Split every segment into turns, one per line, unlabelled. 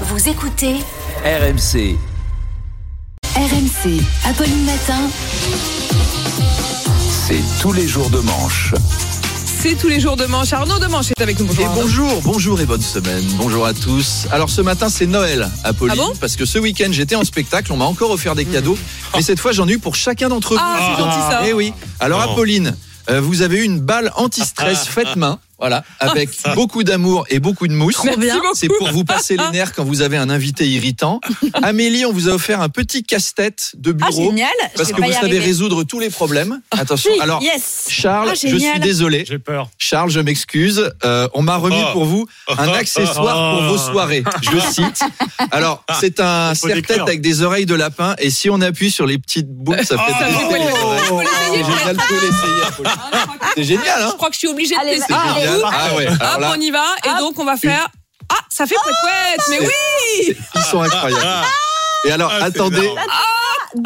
Vous écoutez
RMC.
RMC, Apolline Matin.
C'est tous les jours de manche.
C'est tous les jours de manche. Arnaud de manche est avec nous. Bonjour.
Et
Arnaud.
bonjour, bonjour et bonne semaine. Bonjour à tous. Alors ce matin c'est Noël à Pauline
Ah bon
parce que ce week-end j'étais en spectacle, on m'a encore offert
Hmm.
des cadeaux, mais cette fois j'en ai eu pour chacun d'entre vous.
Ah, c'est gentil, ça.
Eh oui. Alors Apolline, euh, vous avez eu une balle anti-stress faite main, voilà,
Ah,
avec beaucoup d'amour et beaucoup de mousse.
Merci bien.
C'est
beaucoup.
pour vous passer les nerfs quand vous avez un invité irritant. Amélie, on vous a offert un petit casse-tête de
Ah,
bureau
génial!
parce
je
que
vais pas
vous
y
savez
arriver.
résoudre tous les problèmes. Attention.
Oui,
Alors
yes!
Charles,
Ah,
je suis
génial.
désolé.
J'ai peur.
Charles, je m'excuse. euh, on m'a remis
Oh.
pour vous un accessoire pour vos soirées. Je cite. Alors, c'est un
Ah, faut décrire.
serre-tête avec des oreilles de lapin et si on appuie sur les petites boules, ça fait.
Ça fait
des-
Oh.
C'est génial, faut l'essayer, Apollo. C'est génial, hein
Je crois que je suis obligée de
Allez,
tester.
C'est
Ah,
génial. Ah ouais. Alors
Hop,
là,
on y va. Et donc, on va faire. Ah, ça fait pouet pouet. Mais
C'est-
oui.
ils sont incroyables.
Ah,
Et alors, Ah, attendez,
Ah,
c'est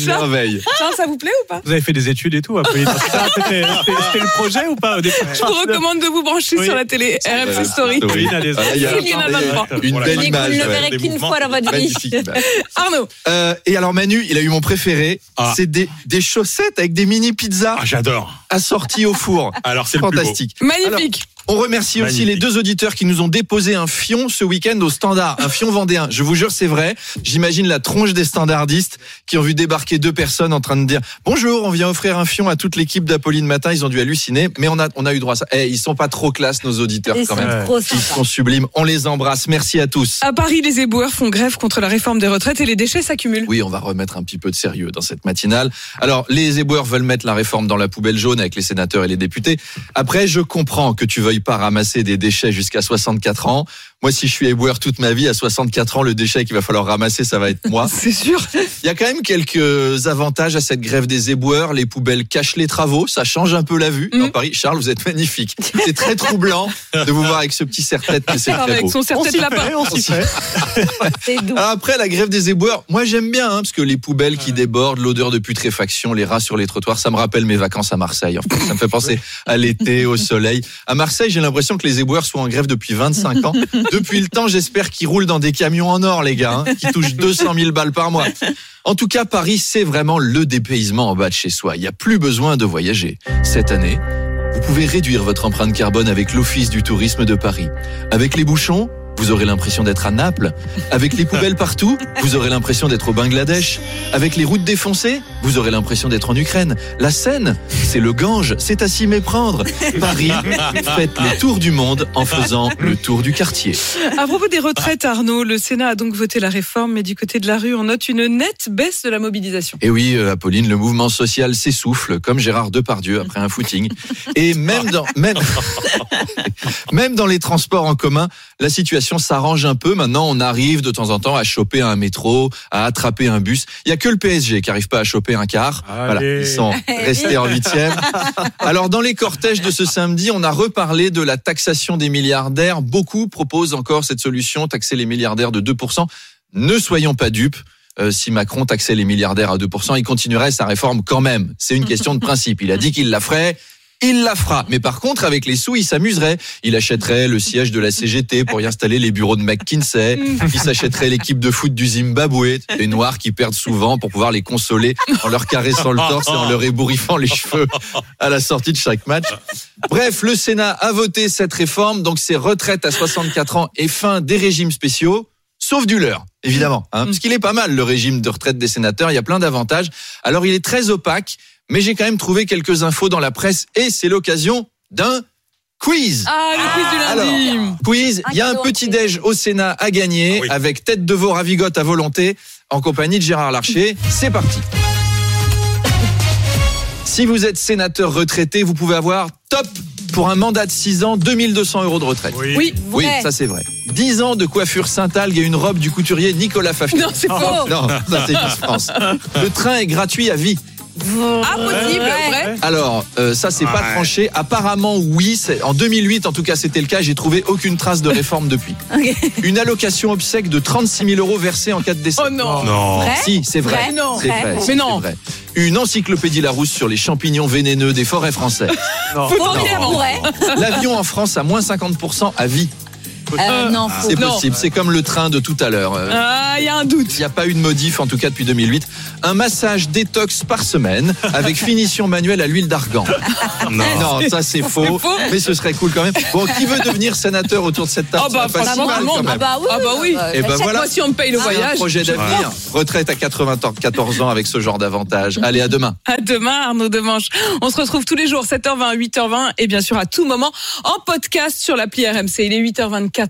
une
Ça-
merveille.
Charles, Ah, ça vous plaît ou pas
Vous avez fait des études et tout, Apolline. C'était c'était le projet ou pas au départ
Je vous recommande de vous brancher
Oui.
sur la télé RMC Story.
Oui.
Apolline a des-
Ah, il y a-
Il y en a 23.
Une
Voilà.
belle
Mais
image.
vous ne le
ouais.
verrez
des
qu'une
mouvements.
fois dans votre vie.
Magnifique. image.
Arnaud,
Euh, et alors Manu, il a eu mon préféré, c'est des, des chaussettes avec des mini pizzas
Ah, j'adore.
assorties au four.
Alors, c'est le plus beau.
Fantastique.
magnifique.
On remercie aussi
Magnifique.
les deux auditeurs qui nous ont déposé un fion ce week-end au standard, un fion vendéen. Je vous jure, c'est vrai. J'imagine la tronche des standardistes qui ont vu débarquer deux personnes en train de dire bonjour, on vient offrir un fion à toute l'équipe d'Apolline Matin. Ils ont dû halluciner, mais on a, on a eu droit à ça. Eh, ils sont pas trop classe, nos auditeurs,
Ils
quand
sont
même.
trop
Ils
sympas.
sont sublimes. On les embrasse. Merci à tous.
À Paris, les éboueurs font grève contre la réforme des retraites et les déchets s'accumulent.
Oui, on va remettre un petit peu de sérieux dans cette matinale. Alors, les éboueurs veulent mettre la réforme dans la poubelle jaune avec les sénateurs et les députés. Après, je comprends que tu veuilles pas ramasser des déchets jusqu'à 64 ans. Moi, si je suis éboueur toute ma vie, à 64 ans, le déchet qu'il va falloir ramasser, ça va être moi.
C'est sûr.
Il y a quand même quelques avantages à cette grève des éboueurs. Les poubelles cachent les travaux, ça change un peu la vue. Dans
Mhm.
Paris, Charles, vous êtes magnifique. C'est très troublant de vous voir avec ce petit serre-tête que c'est
Ah,
très
Avec
beau.
son serre
On
tête
s'y
lapin.
fait, on s'y fait.
C'est doux.
Alors Ah, après la grève des éboueurs, moi j'aime bien hein, parce que les poubelles qui débordent, l'odeur de putréfaction, les rats sur les trottoirs, ça me rappelle mes vacances à Marseille. en fait. Ça me fait penser à l'été, au soleil. À Marseille, j'ai l'impression que les éboueurs sont en grève depuis 25 ans. Depuis le temps, j'espère qu'ils roulent dans des camions en or, les gars, hein, qui touchent 200 000 balles par mois. En tout cas, Paris, c'est vraiment le dépaysement en bas de chez soi. Il n'y a plus besoin de voyager. Cette année, vous pouvez réduire votre empreinte carbone avec l'Office du tourisme de Paris. Avec les bouchons, vous aurez l'impression d'être à Naples. Avec les poubelles partout, vous aurez l'impression d'être au Bangladesh. Avec les routes défoncées, vous aurez l'impression d'être en Ukraine. La Seine, c'est le Gange, c'est à s'y méprendre. Paris, faites le tour du monde en faisant le tour du quartier.
À propos des retraites, Arnaud, le Sénat a donc voté la réforme, mais du côté de la rue, on note une nette baisse de la mobilisation.
Et oui, euh, Apolline, le mouvement social s'essouffle, comme Gérard Depardieu après un footing. Et même dans, même, même dans les transports en commun, la situation s'arrange un peu. Maintenant, on arrive de temps en temps à choper un métro, à attraper un bus. Il y a que le PSG qui arrive pas à choper un car. Voilà,
Allez.
ils sont restés en huitième. Alors, dans les cortèges de ce samedi, on a reparlé de la taxation des milliardaires. Beaucoup proposent encore cette solution, taxer les milliardaires de 2%. Ne soyons pas dupes. Euh, si Macron taxait les milliardaires à 2%, il continuerait sa réforme quand même. C'est une question de principe. Il a dit qu'il la ferait. Il la fera. Mais par contre, avec les sous, il s'amuserait. Il achèterait le siège de la CGT pour y installer les bureaux de McKinsey. Il s'achèterait l'équipe de foot du Zimbabwe. Les Noirs qui perdent souvent pour pouvoir les consoler en leur caressant le torse et en leur ébouriffant les cheveux à la sortie de chaque match. Bref, le Sénat a voté cette réforme. Donc, c'est retraite à 64 ans et fin des régimes spéciaux. Sauf du leur, évidemment. hein, parce qu'il est pas mal, le régime de retraite des sénateurs, il y a plein d'avantages. Alors il est très opaque, mais j'ai quand même trouvé quelques infos dans la presse et c'est l'occasion d'un quiz.
Ah, le quiz du lundi
Quiz,
Ah,
il y a un
cadeau, un
petit
quiz.
déj au Sénat à gagner
Ah oui.
avec tête de veau ravigote à volonté en compagnie de Gérard Larcher. C'est parti. Si vous êtes sénateur retraité, vous pouvez avoir top pour un mandat de 6 ans, 2200 euros de retraite.
Oui.
Oui,
Vrai.
ça c'est vrai. 10 ans de coiffure Saint-Algue et une robe du couturier Nicolas Fafi.
Non, c'est faux.
Oh.
Non, ça c'est Miss France. Le train est gratuit à vie.
Ah, possible,
Ouais.
vrai
Alors, euh, ça c'est pas
Ouais.
tranché. Apparemment, oui. c'est- En 2008, en tout cas, c'était le cas. J'ai trouvé aucune trace de réforme depuis.
Ok.
Une allocation obsèque de 36 000 euros versée en cas de décès.
Oh non.
Non.
Vrai
Si, c'est vrai.
Vrai Non.
C'est
Vrai
vrai.
Mais
c'est
non.
vrai. Une encyclopédie Larousse sur les champignons vénéneux des forêts françaises.
Faut que ça pourrait.
L'avion en France à moins 50% à vie.
Euh, non, faux.
C'est
Non.
possible, c'est comme le train de tout à l'heure. Euh,
Ah, il y a un
Il
doute.
n'y a pas eu de modif, en tout cas depuis 2008. Un massage détox par semaine avec finition manuelle à l'huile d'argan.
Non.
Non, ça c'est faux,
faux.
mais ce serait cool quand même. Bon, qui veut devenir sénateur autour de cette table
Oh bah,
C'est pas si
franchement,
mal,
tout le
quand
monde.
même.
bah oui.
Ah bah oui.
euh,
Eh ben
chaque
voilà.
Moi, si on me paye le
C'est un
voyage,
projet d'avenir. Retraite à 94 ans avec ce genre d'avantage. Allez, à demain.
à demain, Arnaud Demanche. On se retrouve tous les jours, 7h20, 8h20, et bien sûr à tout moment en podcast sur l'appli RMC. Il est 8h24.